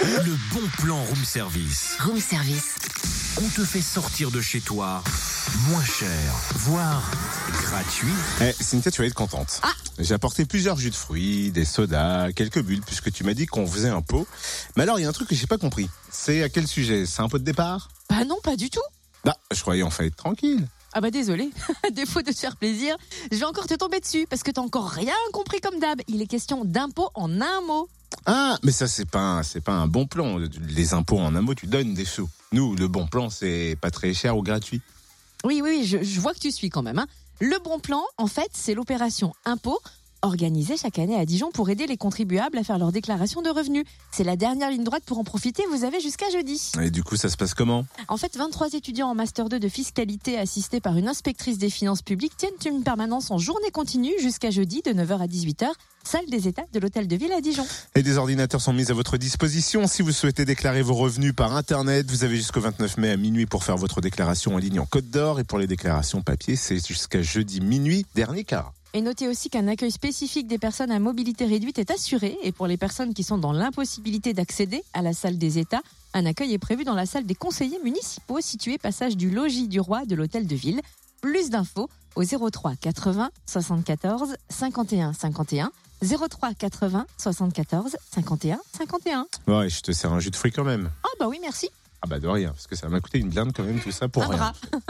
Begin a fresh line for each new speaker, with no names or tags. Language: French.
Le bon plan room service.
Room service.
On te fait sortir de chez toi moins cher, voire gratuit.
Eh, Cynthia, tu vas être contente. J'ai apporté plusieurs jus de fruits, des sodas, quelques bulles, puisque tu m'as dit qu'on faisait un pot. Mais alors, il y a un truc que j'ai pas compris. C'est à quel sujet C'est un pot de départ
Bah non, pas du tout.
Bah, je croyais enfin être tranquille.
Ah bah désolé, défaut de te faire plaisir, je vais encore te tomber dessus parce que t'as encore rien compris comme d'hab. Il est question d'impôts en un mot.
Ah, mais ça, c'est pas, un- c'est pas un bon plan. Les impôts, en un mot, tu donnes des sous. Nous, le bon plan, c'est pas très cher ou gratuit.
Oui, oui, oui, je, je vois que tu suis quand même. hein. Le bon plan, en fait, c'est l'opération impôt organisée chaque année à Dijon pour aider les contribuables à faire leur déclaration de revenus. C'est la dernière ligne droite pour en profiter, vous avez jusqu'à jeudi.
Et du coup, ça se passe comment
En fait, 23 étudiants en Master 2 de fiscalité assistés par une inspectrice des finances publiques tiennent une permanence en journée continue jusqu'à jeudi de 9h à 18h, salle des étapes de l'Hôtel de Ville à Dijon.
Et des ordinateurs sont mis à votre disposition. Si vous souhaitez déclarer vos revenus par Internet, vous avez jusqu'au 29 mai à minuit pour faire votre déclaration en ligne en Côte d'Or. Et pour les déclarations papier, c'est jusqu'à jeudi minuit, dernier quart.
Et notez aussi qu'un accueil spécifique des personnes à mobilité réduite est assuré et pour les personnes qui sont dans l'impossibilité d'accéder à la salle des États, un accueil est prévu dans la salle des conseillers municipaux située passage du logis du roi de l'hôtel de ville. Plus d'infos au 03 80 74 51 51 03 80 74 51 51.
Ouais, je te sers un jus de fruits quand même.
Ah bah oui, merci.
Ah bah de rien, parce que ça m'a coûté une blinde quand même tout ça pour
Un
rien.
bras.